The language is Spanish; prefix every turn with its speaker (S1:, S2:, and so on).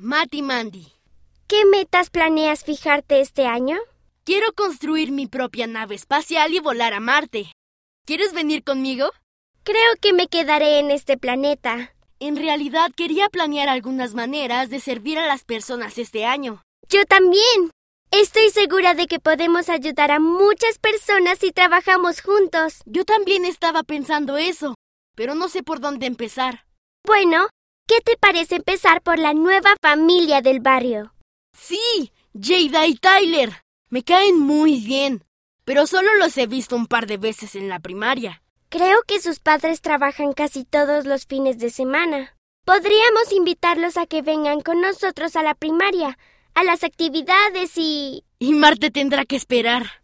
S1: Mati Mandy.
S2: ¿Qué metas planeas fijarte este año?
S1: Quiero construir mi propia nave espacial y volar a Marte. ¿Quieres venir conmigo?
S2: Creo que me quedaré en este planeta.
S1: En realidad quería planear algunas maneras de servir a las personas este año.
S2: Yo también. Estoy segura de que podemos ayudar a muchas personas si trabajamos juntos.
S1: Yo también estaba pensando eso, pero no sé por dónde empezar.
S2: Bueno, ¿qué te parece empezar por la nueva familia del barrio?
S1: Sí, Jada y Tyler. Me caen muy bien, pero solo los he visto un par de veces en la primaria.
S2: Creo que sus padres trabajan casi todos los fines de semana. Podríamos invitarlos a que vengan con nosotros a la primaria, a las actividades y...
S1: Y Marte tendrá que esperar.